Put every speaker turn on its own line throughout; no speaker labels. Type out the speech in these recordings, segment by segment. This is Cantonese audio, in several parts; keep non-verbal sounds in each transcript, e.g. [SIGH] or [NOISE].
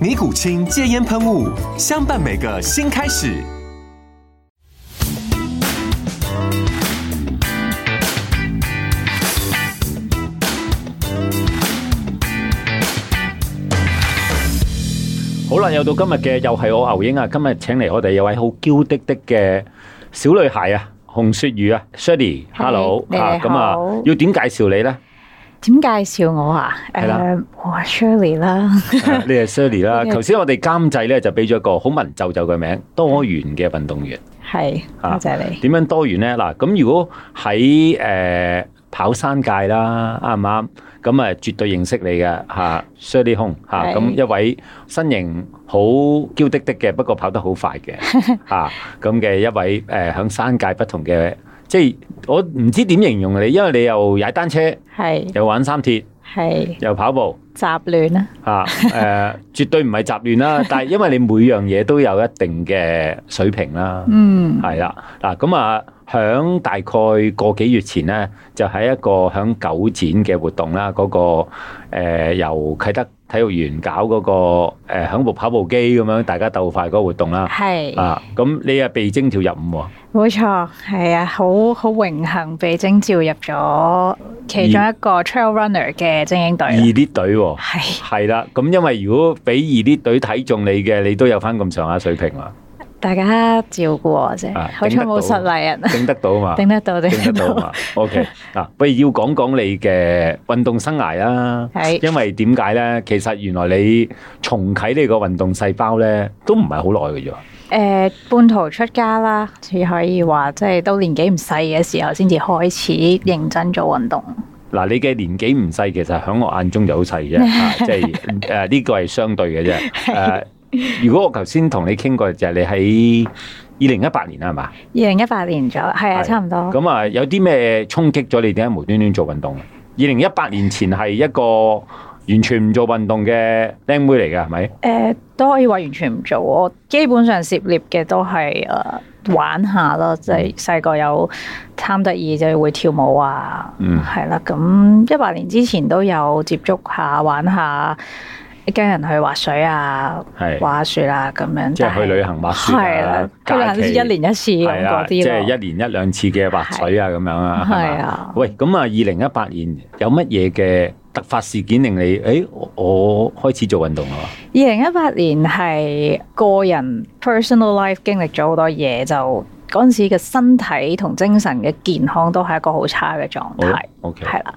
尼古清戒烟喷雾，相伴每个新开始。
好啦，又到今日嘅又係我牛英啊！今日請嚟我哋有位好嬌滴滴嘅小女孩啊，洪雪雨啊 s h i r l e y h e l l o
你
啊，
好
咁啊，要點介紹
[LAUGHS]
你咧？
點介紹我啊？
係啦
誒，我話 Shirley 啦， [LAUGHS]
啊你係 s h i r l e y 啦。
你係
頭先我哋監製咧就俾咗一個好文绉绉嘅名，多元嘅運動員。
係多
啊
謝你。
點樣多元咧？嗱，咁如果喺誒、呃跑山界啦，啱唔啱？咁啊，絕對認識你嘅嚇 s h i r l e y Hong 嚇，
係
咁一位身形好嬌滴滴嘅，不過跑得好快嘅
[LAUGHS]
嚇，咁嘅一位誒喺、山界不同嘅，即係我唔知點形容你，因為你又踩單車，
係
又玩三鐵，
係
又跑步。
雜亂啊啦， [LAUGHS]
嚇誒、絕對唔係雜亂啦，但係因為你每樣嘢都有一定嘅水平啦，
嗯，
係啦，嗱咁啊，響大概個幾月前咧，就喺一個響九展嘅活動啦，嗰、個、呃、由啟德體育園搞嗰、個誒響、部跑步機咁樣，大家鬥快嗰個活動啦。
係
啊，咁你啊被徵調入伍喎，
冇錯，係啊，好好榮幸被徵召入咗其中一個 trail runner 嘅精英
二
隊啦，
啲隊喎，
係
係啦，咁因為如果俾二啲隊睇中你嘅，你都有翻咁上下水平啦，
大家照顧我啫
啊，
好彩冇失禮人，
頂得到嘛。
[LAUGHS] 頂得 [LAUGHS] 到，頂
聽
得
啊得到啊
到，
嘛？OK，嗱，不如要講講你嘅運動生涯啦。
係
因為點解咧？其實原來你重啟你個運動細胞咧，都唔係好耐嘅啫。
誒半途出家啦，只可以話即係都年紀唔細嘅時候先至開始認真做運動，
嗱，你嘅年紀唔細，其實喺我眼中就好細啫，
[LAUGHS]
啊即係誒呢個係相對嘅啫。誒、如果我頭先同你傾過就係你喺二零一八年啦，啊係嘛？
二零一八年咗，係啊，
係
差唔多。
咁啊，有啲咩衝擊咗你？點解無端端做運動？啊二零一八年前係一個完全唔做運動嘅靚妹嚟㗎，係咪？
誒、呃都可以話完全唔做，我基本上涉獵嘅都係誒、呃玩下
嗯
咯，即係細個有貪得意就會跳舞啊，
嗯
係啦、咁一八年之前都有接觸下玩下，跟人去滑水啊、
係。
滑雪啊咁樣，
即係去旅行滑雪啊
係啦，去旅
假
行
期
一年一次
係
咁
啦，
嗰
即係
啲咯，
一年一兩次嘅滑水啊，咁樣啊，係
係
嘛？
啊，
喂，咁啊，二零一八年有乜嘢嘅突發事件令你，誒，我我開始做運動啦喎？
二零一八年係個人 personal life 經歷咗好多嘢，就嗰陣時嘅身體同精神嘅健康都係一個好差嘅狀態，
好，OK，
係啦。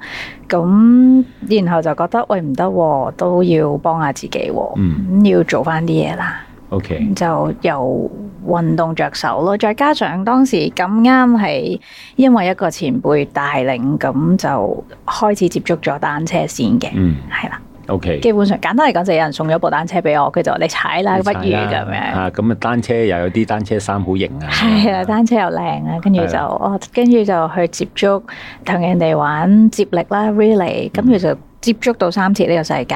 咁然後就覺得喂唔得喎，都要幫下自己喎，
嗯
咁要做翻啲嘢啦。
，OK，
就由運動着手咯，再加上當時咁啱係因為一個前輩帶領，咁就開始接觸咗單車線嘅，
嗯
係啦。
，OK，
基本上簡單嚟講就有人送咗部單車俾我，佢就話你踩啦，不如
你踩
咁
啦
樣。
啊，咁啊，單車又有啲單車衫好型啊，
係啊，單車又靚啊，跟住
係
就
啊
哦，跟住就去接觸同人哋玩接力啦，relay，跟住就接觸到三鐵呢個世界，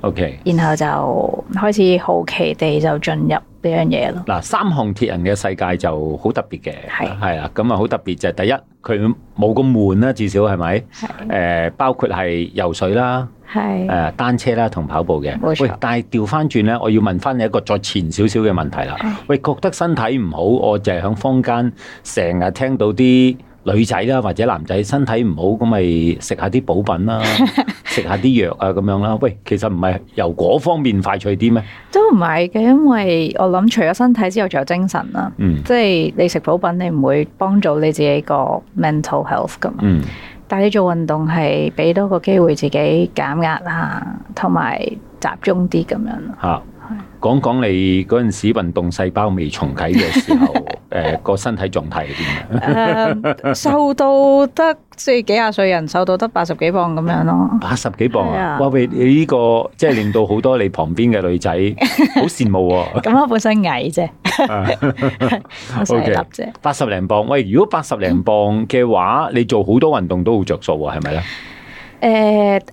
，OK，
然後就開始好奇地就進入呢樣嘢咯。
嗱，三項鐵人嘅世界就好特別嘅，
係
係啦，咁啊，好特別就係第一，佢冇咁悶啦，至少係咪？
係
誒，包括係游水啦。誒、
係
單車啦同跑步嘅，
冇錯
喂，但係調翻轉咧，我要問翻你一個再前少少嘅問題啦
係。
喂，覺得身體唔好，我就係喺坊間成日聽到啲女仔啦，或者男仔身體唔好，咁咪食下啲補品啦，食下啲藥啊咁樣啦。喂，其實唔係由嗰方面快脆啲咩？
都唔係嘅，因為我諗除咗身體之後，仲有精神啦。
嗯
即係你食補品，你唔會幫助你自己個 mental health 噶嘛。
嗯
但係你做運動係俾多個機會自己減壓啊，同埋集中啲咁樣
[LAUGHS] 嚇、
咯。
講講你嗰陣時運動細胞未重啟嘅時候，誒、個身體狀態係點嘅？
誒瘦到得即係幾廿歲人，瘦到得八十幾磅咁樣咯。
八十幾磅
係
啊！
啊
哇喂，你呢、個即係令到好多你旁邊嘅女
[LAUGHS]
仔好羨慕喎、
咁我本身矮啫， [LAUGHS] 我細
啊 OK
粒啫。
八十零磅，喂，如果八十零磅嘅話，你做好多運動都好着數喎，係咪啊咧？
誒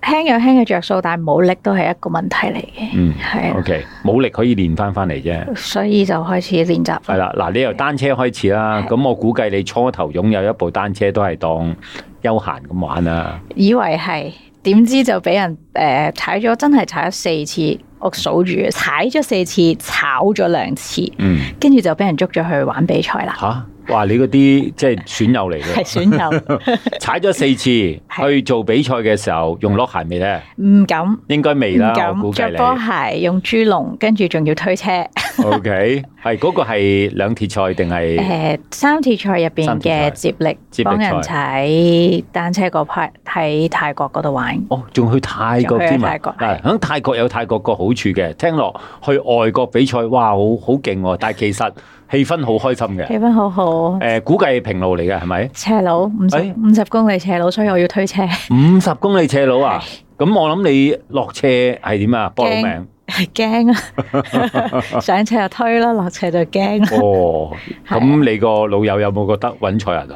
輕有輕嘅着數，但係冇力都係一個問題嚟嘅，
嗯
係啊
，OK，冇力可以練翻翻嚟啫。
所以就開始練習
係
啦。
啦，嗱，你由單車開始啦，
係
咁我估計你初頭擁有一部單車都係當休閒咁玩啦。
以為係，點知就俾人誒、呃踩咗，真係踩咗四次。我數住踩咗四次，炒咗兩次，
嗯，
跟住就俾人捉咗去玩比賽啦。
[LAUGHS] 吓、哇！你嗰啲即係損友嚟
係
嘅，
選
[LAUGHS]
友，
踩咗四次
係
去做比賽嘅時候，用落鞋未咧？
唔敢，唔
應該未啦，我
敢
估
着
計
波
你。
鞋，用豬籠，跟住仲要推車。誒、
O K，係嗰個係兩鐵賽定係
三次賽入
三鐵
邊
賽
嘅接力
接力賽，
幫人踩單車嗰 part 喺泰國嗰度玩。
哦，仲去泰國添啊！
仲去
嗱，喺泰國有泰國個好處嘅，聽落去外國比賽，哇，好好勁喎！但係其實氣氛好開心嘅。
氣氛好好，
誒，估計係平路嚟嘅係咪？
斜路五十
哎
五十公里斜路，所以我要推車， [LAUGHS]
五十公里斜路啊！咁我諗你落斜係點啊？搏老命 [LAUGHS]
驚啊！上車就推啦，落車就驚啦， [LAUGHS]
哦！咁你個老友有冇覺得揾錯人啊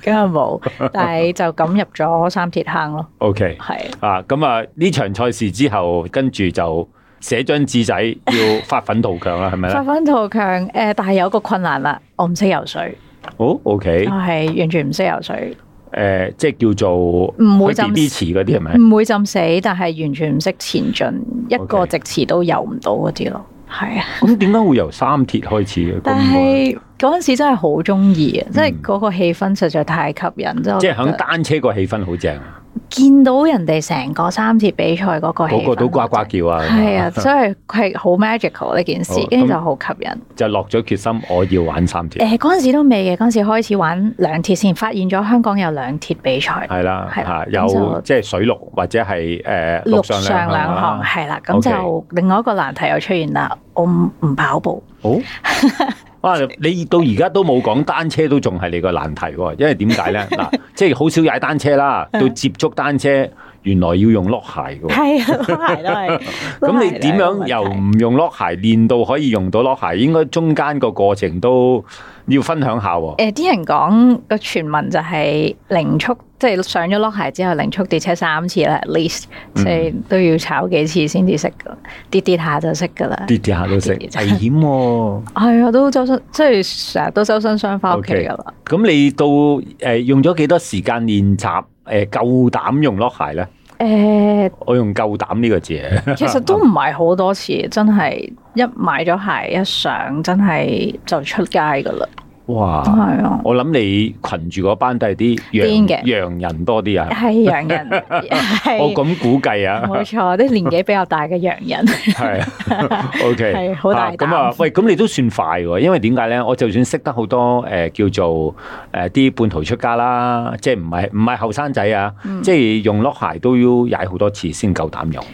咁係冇，但係就咁入咗三鐵坑咯，
？OK
係
啊，咁啊呢場賽事之後，跟住就寫張紙仔要發奮圖強啦，係咪
發
咧？
奮圖強誒，呃但係有個困難啦，我唔識游水，
好 OK，
我
誒、
係完全唔識游水，
呃即係叫做
唔會
去
浸
B B 池嗰啲係咪？
唔會浸死，但係完全唔識前進，一個
OK
直池都游唔到嗰啲咯，係啊。
咁點解會由三鐵開始嘅？咁
但
耐
係嗰陣時真係好中意啊！即係
嗯
嗰個氣氛實在太吸引，
即係
係
響單車個氣氛好正啊，
見到人哋成個三鐵比賽嗰個氣
個
氛，
個都呱呱叫啊！
係
[LAUGHS]
啊，所以佢係好 magical 呢件事
好，
跟住
咁
就好吸引。
就落咗決心，我要玩三鐵。
誒嗰陣時都未嘅，嗰陣時開始玩兩鐵先，發現咗香港有兩鐵比賽，
係啦，
係
嚇
啦
有
咁就
即係水陸或者係誒陸上
陸
啊兩
上
項
兩項
啦。
係啦，咁
OK
就另外一個難題又出現啦，我唔唔跑步，
好，
[LAUGHS]
哇！你到而家都冇講單車都仲係你個難題喎，因為點解咧？
[LAUGHS]
嗱，即係好少踩單車啦，
嗯
到接觸單車原來要用碌鞋嘅喎。
係啊，都
[LAUGHS]
係都係。
咁你點
都
樣
係
由
兩個問題
唔用碌鞋練到可以用到碌鞋？應該中間個過程都要分享下喎。
誒啲人講個傳聞就係零速，即係上咗落鞋之後零速跌車三次啦，at least
嗯
即係都要炒幾次先至識噶，跌跌下就識噶啦。
跌跌下都識，危
跌
險喎。
係啊，都周身即係成日都周身傷翻屋企
OK
噶啦。
咁你到誒用咗幾多時間練習誒夠膽用碌鞋咧？
誒、
我用夠膽呢個字啊。
[LAUGHS]
[LAUGHS]
其實都唔係好多次，真係一買咗鞋一上，真係就出街噶啦。
哇！
係啊，
我諗你群住嗰班都係啲
癲嘅
洋洋人多啲啊。
係
[LAUGHS]
洋人，
我
係
咁估計啊，
冇錯，啲年紀比較大嘅洋
[LAUGHS]
人。
係
[LAUGHS]
OK，
係好大
啊咁啊
膽，
喂，咁你都算快喎，因為點解咧？我就算識得好多誒、呃叫做誒啲、半途出家啦，即係唔係唔係後生仔啊，
嗯
即係用碌鞋都要踩好多次先夠膽用，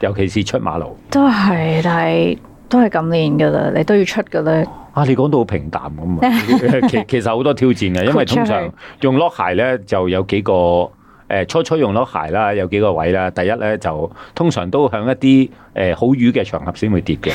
尤其是出馬路。
都係，但係都係咁練噶啦，你都要出噶啦。
[LAUGHS] 啊！你講到好平淡咁啊， [LAUGHS] 其其實好多挑戰嘅，因為
豁出去
通常用 lock 鞋咧就有幾個誒、呃初初用 lock 鞋啦，有幾個位啦。第一咧就通常都響一啲誒、呃好瘀嘅場合先會跌嘅，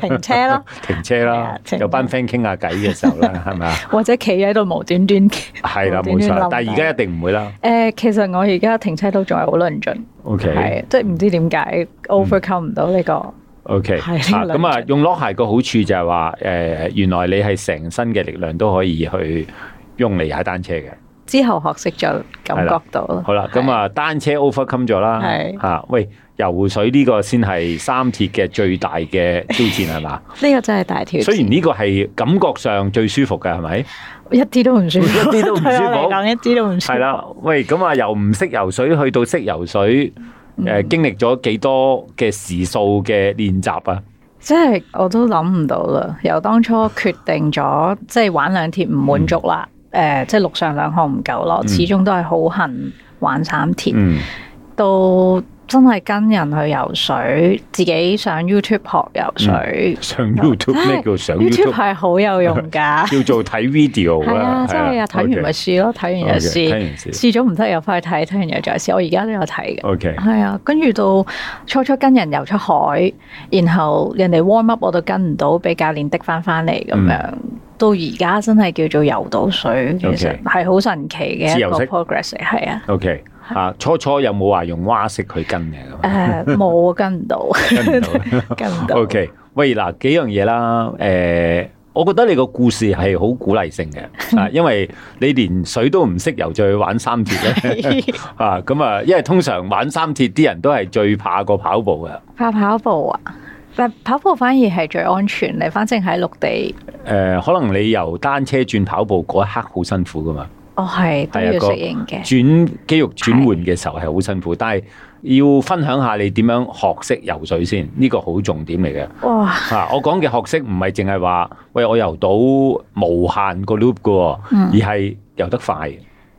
停車咯，
停車
係
啦
啊，停車
有班 friend 傾下偈嘅時候
[LAUGHS]
啦，係咪啊？
或者企喺度無端
[LAUGHS]
端嘅。
係啦，
無
冇
端端
錯啦
冧。
但係而家一定唔會啦。
誒、其實我而家停車都仲係好論盡，
OK
係即係唔知點解 overcome 唔到呢個
OK，
係呢個
啊咁啊
兩，隻
用呃 lock 鞋個好處就係呃話誒，原來你係成身嘅力量都可以去用嚟踩單車嘅。
之後學識咗感覺到咯。
好啦，咁啊，單車 overcome 咗啦，
係
嚇、喂，游水呢個先係三鐵嘅最大嘅挑戰係嘛？
係，呢個真係大挑
雖
戰，
然呢個係感覺上最舒服嘅係咪？
一啲都唔舒服，
一啲都唔舒服
[LAUGHS] 對我嚟講一啲都 [LAUGHS] 唔舒服。
係啦，喂，咁啊，由唔識游水去到識游水，誒、
嗯
經歷咗幾多嘅時數嘅練習啊？
即係我都諗唔到啦，由當初決定咗即係玩兩鐵唔滿足啦，誒、即係陸上兩項唔夠咯，
嗯
始終都係好恨玩三鐵，
嗯，
到真係跟人去游水，自己上 YouTube 學游水、
上 YouTube 嗯咩叫上
YouTube
YouTube？
係好有用
[LAUGHS]，
㗎
叫做睇 video
係啊，
啦，
即係睇完咪
OK
試咯，睇完就
OK，睇
試，
完先
試咗唔得又翻去睇，睇完又再試，我而家都有睇嘅。
OK，
[LAUGHS] 係啊，跟住到初初跟人游出海，然後人哋 warm up 我都跟唔到，俾教練滴翻翻嚟咁
嗯
樣。到而家真係叫做游到水，其
OK
實係好神奇嘅
自
一
由
個
式
progress 嚟，
[LAUGHS]
係啊。
OK，啊，初初有冇話用蛙式去跟嘅咁？
誒冇啊跟唔到，
跟唔到。
跟唔到。
O K，喂嗱，幾樣嘢啦，诶、我覺得你個故事係好鼓勵性嘅，啊，因為你連水都唔識游，就去玩三鐵咧， [LAUGHS] 啊，咁啊，因為通常玩三鐵啲人都係最怕個跑步嘅，
怕跑步啊！但跑步反而係最安全，你反正喺陸地，
诶、可能你由單車轉跑步嗰一刻好辛苦噶嘛，
我哦係都
係啊
要
個
適應嘅。
轉肌肉轉換嘅時候係好辛苦，但係要分享下你點樣學識游水先，呢、個好重點嚟嘅。
哇！
啊！我講嘅學識唔係淨係話，喂，我游到無限個 loop 嘅喎，
嗯
而係游得快。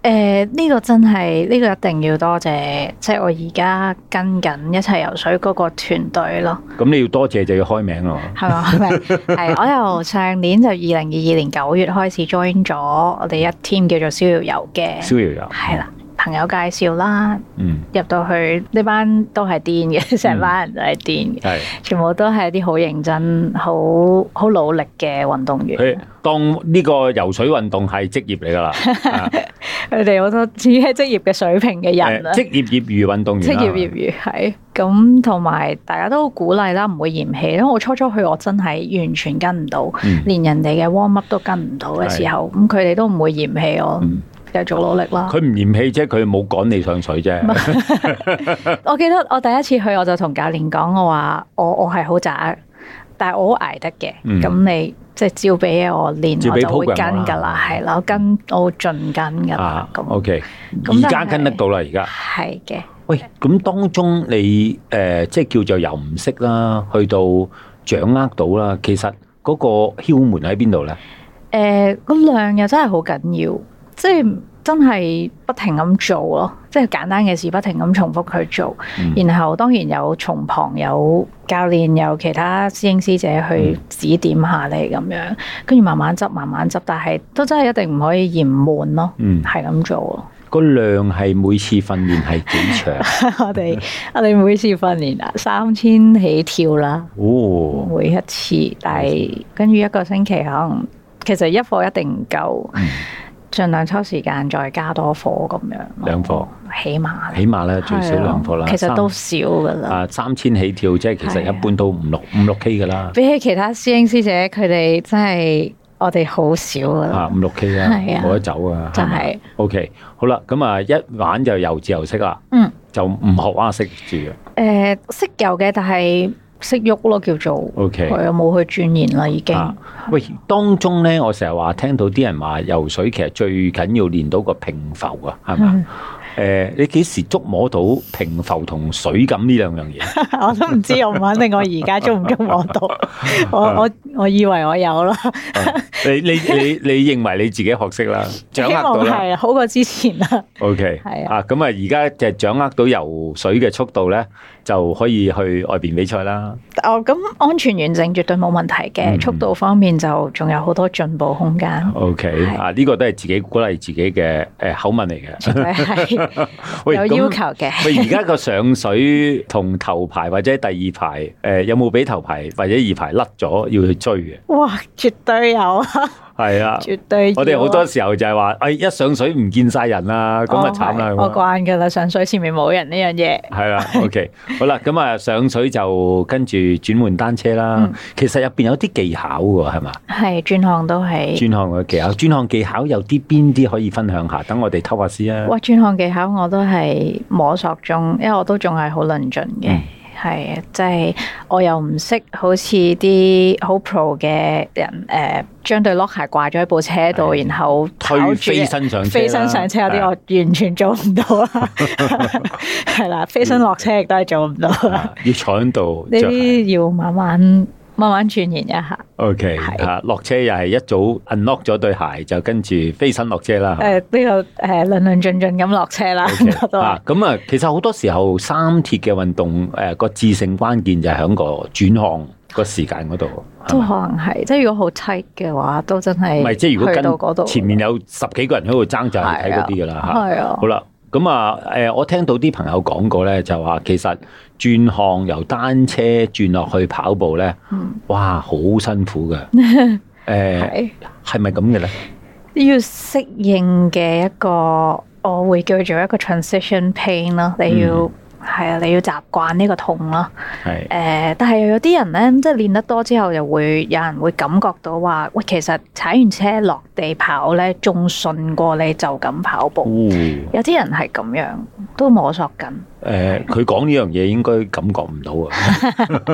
誒呢、個真係呢、個一定要多謝，即係我而家跟緊一齊游水嗰個團隊咯，
咁你要多謝就要開名咯。
係嘛？ [LAUGHS] 係咪係我由上年就二零二二年九月開始 join 咗我哋一 team 叫做逍遙遊嘅，
逍遙遊，
係啦，朋友介紹啦，
嗯，
入到去呢班都係癲嘅，成班人都係癲嘅，
係。
全部都係啲好認真、好好努力嘅運動員。
佢當呢個游水運動係職業嚟
[LAUGHS]
㗎啦，啊
佢哋好多自己係職業嘅水平嘅人啊啦
誒。職業業餘運動員
職
啦
業業餘係咁，同埋大家都好鼓勵啦，唔會嫌棄。因為我初初去，我真係完全跟唔到，
嗯
連人哋嘅 warm up 都跟唔到嘅時候，咁佢哋都唔會嫌棄我，
嗯
繼續努力啦。
佢唔嫌棄啫，佢冇趕你上
[LAUGHS]
水啫。
我記得我第一次去，我就同教練講，我話我我係好渣，但係我好捱得嘅。
嗯
咁、你即係照俾我練，
照
我
俾
就會
program
跟
我啦
㗎啦，係啦，我跟我會盡跟㗎啦
啊。
咁
，OK，
咁
而家
但係
跟得到啦，而家。
係嘅。
喂，咁當中你誒、呃即係叫做由唔識啦，去到掌握到啦，其實嗰個竅門喺邊度咧？
誒嗰呃量又真係好緊要，即係真係不停咁做咯，即係簡單嘅事不停咁重複去做，
嗯
然後當然有從旁有教練有其他師兄師姐去
嗯
指點下你咁樣，跟住慢慢執慢慢執，但係都真係一定唔可以嫌悶咯，
嗯，
係咁做咯。
個量係每次訓練係幾長？
[LAUGHS]
嗯
我哋我哋每次訓練啊三千起跳啦。
[LAUGHS] 哦，
每一次，但係跟住一個星期可能其實一課一定唔夠，
嗯
盡量抽時間再加多課咁樣咯。
兩課
起碼
起碼咧最少
係啊
兩課啦。
其實都
三
少噶啦。
啊三千起跳，即係其實
係啊
一般都五六五六 K 噶啦，
比起其他師兄師姐，佢哋真係我哋好少噶
啊
啦，
五六 K 啦，
係啊
冇得走啊。
就
咪
係
OK，好啦，咁啊一玩就由自由式啦，
嗯
就唔學蛙式住啊嘅。
誒識游嘅，但係識喐咯叫做。
OK。
我又冇去鑽研啦，已經。
啊喂，當中咧，我成日話聽到啲人話游水其實最緊要練到個平浮啊，係嘛
嗯？
誒、你幾時觸摸到平浮同水感呢兩樣嘢？
[LAUGHS] 我都唔知，我唔肯定我而家捉唔捉摸
[LAUGHS]
到。我我我以為我有啦，
[LAUGHS] 你你你你認為你自己學識啦，掌
希
握到
望
啦
係好過之前啦。
？OK，
係啊
啊，咁啊，而家就掌握到游水嘅速度咧，就可以去外邊比賽啦。
哦，咁安全完整絕對冇問題嘅，
嗯，
速度方面就仲有好多進步空間
OK，
係
啊，呢、個都係自己鼓勵自己嘅誒、口吻嚟嘅。
絕對係
[LAUGHS] 喂
有
咁
要求嘅。
[LAUGHS] 喂，而家個上水同頭排或者第二排，誒、有冇俾頭排或者二排甩咗要去追嘅？
哇，絕對有啊！
係啊，
絕對要啊。
我哋好多時候就係話，诶一上水唔見晒人啦，咁啊
哦
慘啦
係
咁
我
啊。
慣㗎啦，上水前面冇人呢樣嘢。
系啦，OK，好啊啦，咁啊上水就跟住轉換單車啦。
嗯
其實入边有啲技巧喎，係嘛？
係轉行都係。
專項嘅技巧，專項技巧有啲邊啲可以分享下？等我哋偷下先啊。
哇！轉行技巧我都係摸索中，因為我都仲係好論盡嘅
嗯。
係啊，即係我又唔識好似啲好 pro 嘅人，誒、將對 lock 鞋掛咗喺部車度，
係
然後跑
推
住啊
飛身上車啦，
飛身上車嗰啲，
係啊
我完全做唔到
[LAUGHS]
啦。係啦，飛身落車亦都係做唔到啦。
啊要坐喺度着
呢
鞋。啊
啲要慢慢慢慢鑽研一下。
O K，
係
吓啊落車又係一早 unlock 咗對鞋，就跟住飛身落車啦。係嘛
誒呢個誒論論盡盡咁落車啦
OK，
我 [LAUGHS] 都話
啊咁啊，其實好多時候三鐵嘅運動诶個致勝關鍵就係喺個轉項個時間嗰度，係
都
嘛
可能係，即係如果好 tight 嘅話，都真係
唔係即係如
去到
果
嗰度
跟前面有十幾個人喺度爭就係睇嗰啲噶啦吓。
係啊
好，啦，咁啊诶，我聽到啲朋友講過咧，就話其實轉項由單車轉落去跑步咧，
嗯
哇，好辛苦
[LAUGHS]
嘅。诶，
係
係咪咁嘅咧？
要適應嘅一個，我會叫做一個 transition pain 咯，你
嗯
要。係啊，你要習慣呢個痛咯。
係
誒、呃但係有啲人咧，即係練得多之後，就會有人會感覺到話，喂，其實踩完車落地跑咧，仲順過你就咁跑步。
哦
有啲人係咁樣，都摸索
[LAUGHS]
緊。
誒，佢講呢樣嘢應該感覺唔到啊。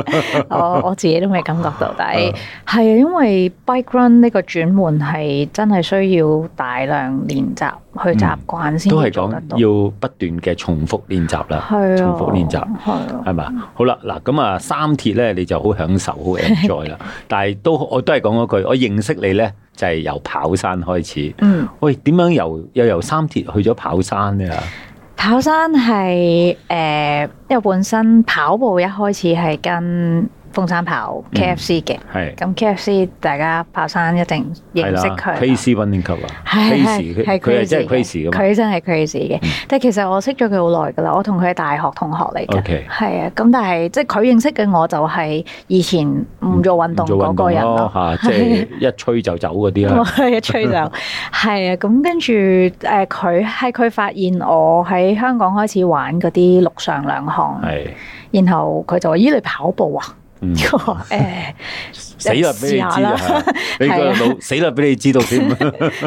我我自己都未感覺
[LAUGHS]
到，但係係啊，因為 bike run 呢個轉換係真係需要大量練習去習慣
嗯
先
都
至
係
做
講
得到。
要不斷嘅重複練習啦，
係啊，
重複練習
係啊，
係嘛？好啦，嗱咁啊，三鐵咧你就好享受，
[LAUGHS]
好 enjoy 啦。但係都我都係講嗰句，我認識你咧就係、由跑山開始。
嗯，
喂，點樣由又由三鐵去咗跑山咧？
跑山係誒、呃因為本身跑步一開始係跟風山跑
嗯
KFC 嘅，
係
咁 KFC 大家跑山一定
係
認識
啦
佢啦。
，Crazy Running Club 啊
係
，Crazy 佢
係
佢係真係 Crazy
crazy 嘅
噶嘛嗯
佢真係 crazy 嘅。但係其實我識咗佢好耐㗎啦，我同佢係大學同學嚟嘅。
？OK，
係啊，咁但係即係佢認識嘅我就係以前唔做運動
做
嗰
運動
個人
咯
咯。 [LAUGHS]
嚇，即係一吹就走嗰啲啦。
我一吹就係啊，咁跟住誒佢係佢發現我喺香港開始玩嗰啲陸上兩項，
係，
然後佢就話：咦，你跑步啊？ [LAUGHS]
嗯。[LAUGHS]
我話誒
死啦！俾你知
試下啦
啊！你個腦死啦！俾你知道
[LAUGHS]
點？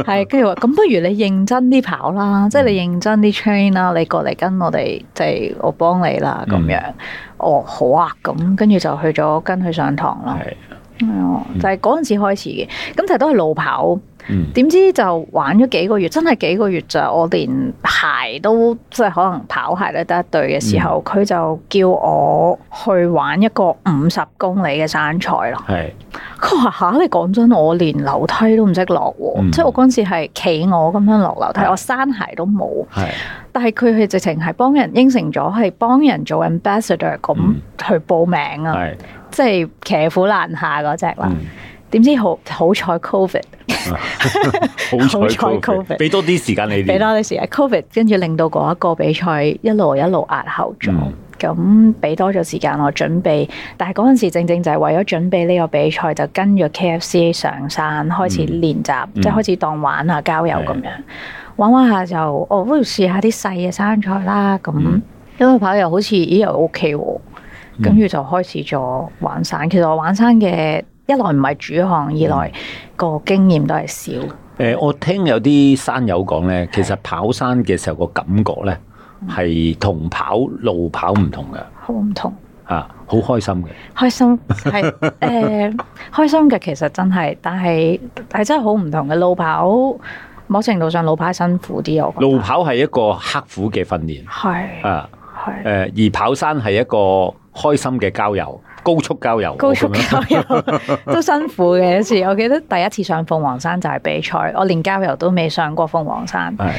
係，跟住話咁不如你認真啲跑
嗯
啦，即係你認真啲 train 啦，你過嚟跟我哋，即係我幫你啦咁
嗯
樣。哦，好啊，咁跟住就去咗跟佢上堂啦。
係
係啊，就係嗰陣時開始嘅，咁但係都係路跑，
嗯
點知就玩咗幾個月，真係幾個月咋，我連鞋都即係可能跑鞋都得一對嘅時候，
嗯
佢、就叫我去玩一個五十公里嘅山賽咯。 [LAUGHS]
係
佢話嚇你講真，我連樓梯都唔識落喎，
嗯啊
即係我嗰陣時係企我咁樣落樓梯，
係
我山鞋都冇。
係
但係佢係直情係幫人應承咗，係幫人做 ambassador 咁
嗯
去報名啊，
係
即係騎虎難下嗰只啦。
嗯
點知好好彩 Covid
好彩
好彩
Covid，
Covid
俾多啲時間你練
俾多啲時間 Covid，跟住令到嗰一個比賽一路一路壓後咗
嗯。
咁俾多咗時間我準備，但係嗰陣時正正就係為咗準備呢個比賽，就跟咗 KFC 上山開始練習，
嗯
即係開始當玩下交友咁樣，玩玩下就哦，不如試下啲細嘅山賽啦咁。
嗯
因為跑又好似咦又 OK 喎，跟住就開始咗玩山。其實我玩山嘅一來唔係主項，二
嗯
來個經驗都係少。
誒，呃我聽有啲山友講咧，其實跑山嘅時候個感覺咧係同跑路跑唔同嘅
好唔同。
啊，好開心嘅。
開心係 [LAUGHS] 誒、呃、開心嘅，其實真係，但係係真係好唔同嘅路跑。某程度上，路跑係辛苦啲，我覺得
路跑係一個刻苦嘅訓練
係
啊，誒
係
而跑山係一個開心嘅郊遊，高速郊遊。
高速
我咁樣
郊遊 [LAUGHS] 都辛苦嘅。有時我記得第一次上鳳凰山就係比賽，我連郊遊都未上過鳳凰山，
係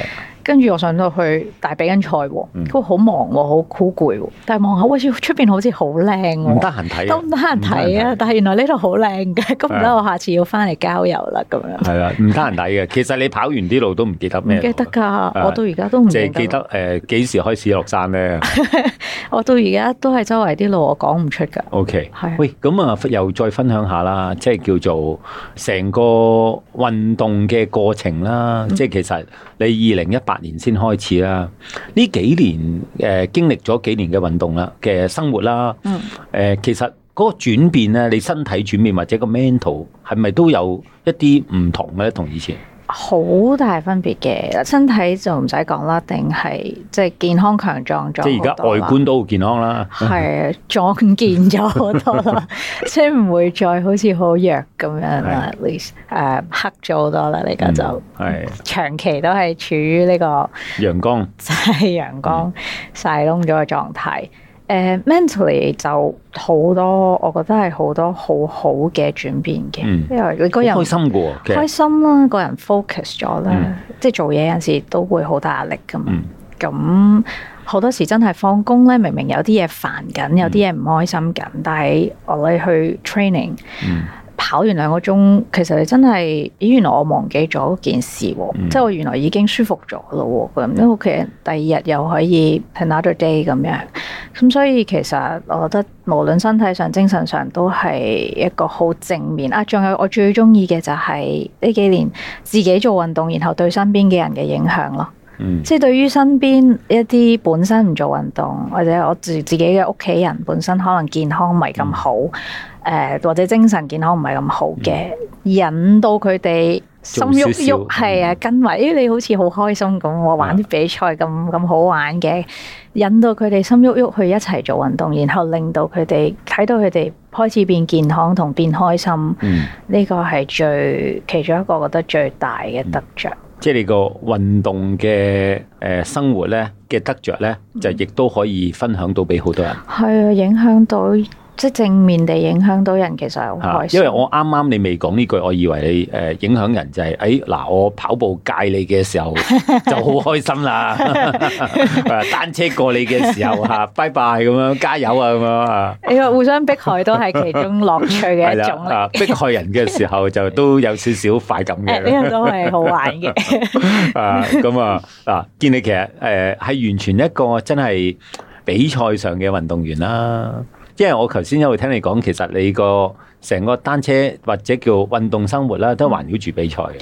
跟住我上到去，但係比緊賽喎，
嗯
佢話好忙喎，好好攰喎，但係望下，喂，出邊好似好靚
唔
喎
得。閒睇
都
啊，
唔得閒睇啊！但係原來呢度好靚嘅，咁唔
係啊
得，我下次要翻嚟郊遊啦咁樣。
係啊，唔得閒睇嘅。其實你跑完啲路都唔記得咩
唔
路啊，
記得㗎，
啊
我到而家都唔
即
記
係記得
得，
誒幾時開始落山咧
我到而家都係周圍啲路我講唔出㗎。
？OK，
係啊
喂，咁啊又再分享下啦，即係叫做成個運動嘅過程啦。即係其實你二零一八年先開始啦，呢幾年誒、呃、經歷咗幾年嘅運動啦嘅生活啦，誒、
嗯
其實。嗰個轉變咧，你身體轉變或者個 mental 係咪都有一啲唔同嘅咧？同以前
好大分別嘅，身體就唔使講啦，定係即係健康強壯咗。
即係而家外觀都好健康啦。
係啊壯健咗好
[LAUGHS]
多啦， [LAUGHS] 即係唔會再好似好弱咁樣啦。at least 誒黑咗好多啦，而家就
嗯係
長期都係處於呢個
陽光
曬陽光
嗯
曬窿咗嘅狀態。誒 mentally 就好多，我覺得係好多好好嘅轉變嘅，
嗯
因為你
好
個人
開心嘅喎，其實
開心啦，個人 focus 咗啦，
嗯
即係做嘢有陣時都會好大壓力噶嘛
嗯。
咁好、多時真係放工咧，明明有啲嘢煩緊，有啲嘢唔開心緊，但係我哋去 training
嗯
跑完兩個鐘，其實你真係，咦原來我忘記咗件事喎，
嗯
即係我原來已經舒服咗咯喎，咁因為其實第二日又可以 another day 咁樣，咁所以其實我覺得無論身體上、精神上都係一個好正面啊！仲有我最中意嘅就係呢幾年自己做運動，然後對身邊嘅人嘅影響咯。
嗯
即係對於身邊一啲本身唔做運動，或者我自自己嘅屋企人本身可能健康唔係咁好，
嗯
誒、或者精神健康唔係咁好嘅，引到佢哋心
做
喐
少少
喐，係
嗯
啊，
啊
跟埋，咦你好似好開心咁，我玩啲比賽咁咁好玩嘅，引到佢哋心喐喐去一齊做運動，然後令到佢哋睇到佢哋開始變健康同變開心，
嗯，
呢個係最其中一個我覺得最大嘅得着。
即係你個運動嘅誒生活咧嘅得着咧，就亦都可以分享到俾好多人
係啊，影響到即係正面地影響到人，其實係好
嚇
開。
啊
心。
因為我啱啱你未講呢句，我以為你誒影響人就係誒嗱，我跑步界你嘅
[LAUGHS]
時候就好開心啦，單車過你嘅時
[LAUGHS]
候嚇，拜拜咁樣，加油啊咁樣啊！
你話互相迫害都係其中樂趣
[LAUGHS]
嘅
係
一
啦，
種嚟。
啊迫害人嘅時候就都有少少快感
[LAUGHS] 誒
嘅。
呢樣都係好玩嘅，
[LAUGHS] 啊，咁啊，嗱，見你其實誒係完全一個真係比賽上嘅運動員啦。因為我頭先一路聽你講，其實你個成個單車或者叫運動生活啦，都環繞住比賽嘅，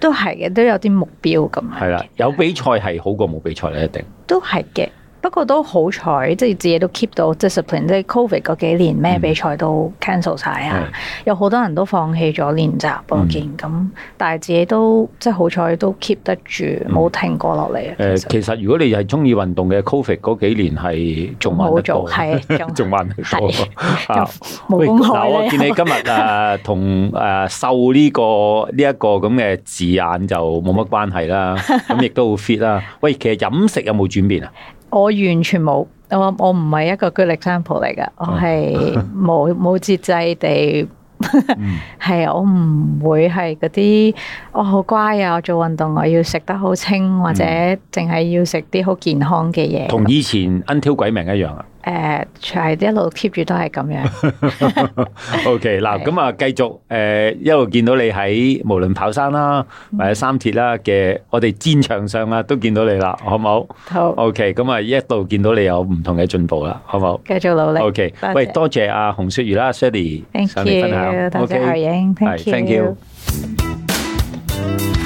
都係嘅，都有啲目標咁樣。
係啦，有比賽係好過冇比賽啦，一定。
都係嘅。不過都好彩，即係自己都 keep 到 discipline。即係 covid 嗰幾年，咩
嗯
比賽都 cancel 晒啊
係，
有好多人都放棄咗練習我
嗯
見咁，但係自己都即係好彩都 keep 得住，冇停過落嚟啊。
嗯誒，
其實
其實如果你係中意運動嘅，Covid 嗰幾年係仲玩得
冇做
多，
係
[LAUGHS]
仲
仲玩得多
係
啊！
冇
喂
公
嗱，我
開
見
咧
你。今日啊，同誒瘦呢個呢一個咁嘅字眼就冇乜關
[LAUGHS]
係啦，咁亦都好 fit 啦。喂，其實飲食有冇轉變啊？
[LAUGHS] 我完全冇，我我唔係一個 good example 嚟噶，我係冇冇節制地， [LAUGHS] 係啊我唔會係嗰啲我好乖啊，我做運動我要食得好清，或者淨係要食啲好健康嘅嘢。
同以前 until 鬼命一樣啊。
誒，係一路 keep 住都係咁樣，
OK，嗱，
係
咁啊，繼續誒一路見到你喺無論跑山啦，或者三鐵啦嘅，我哋戰場上啊都見到你啦，好唔好
好
？OK，咁啊一路見到你有唔同嘅進步啦，好唔好
繼續努力。
？OK，
多謝
喂，多謝阿洪雪如啦，Shirley
Thank
上嚟分享
you，多謝
OK
阿影，Thank
係，thank you
you。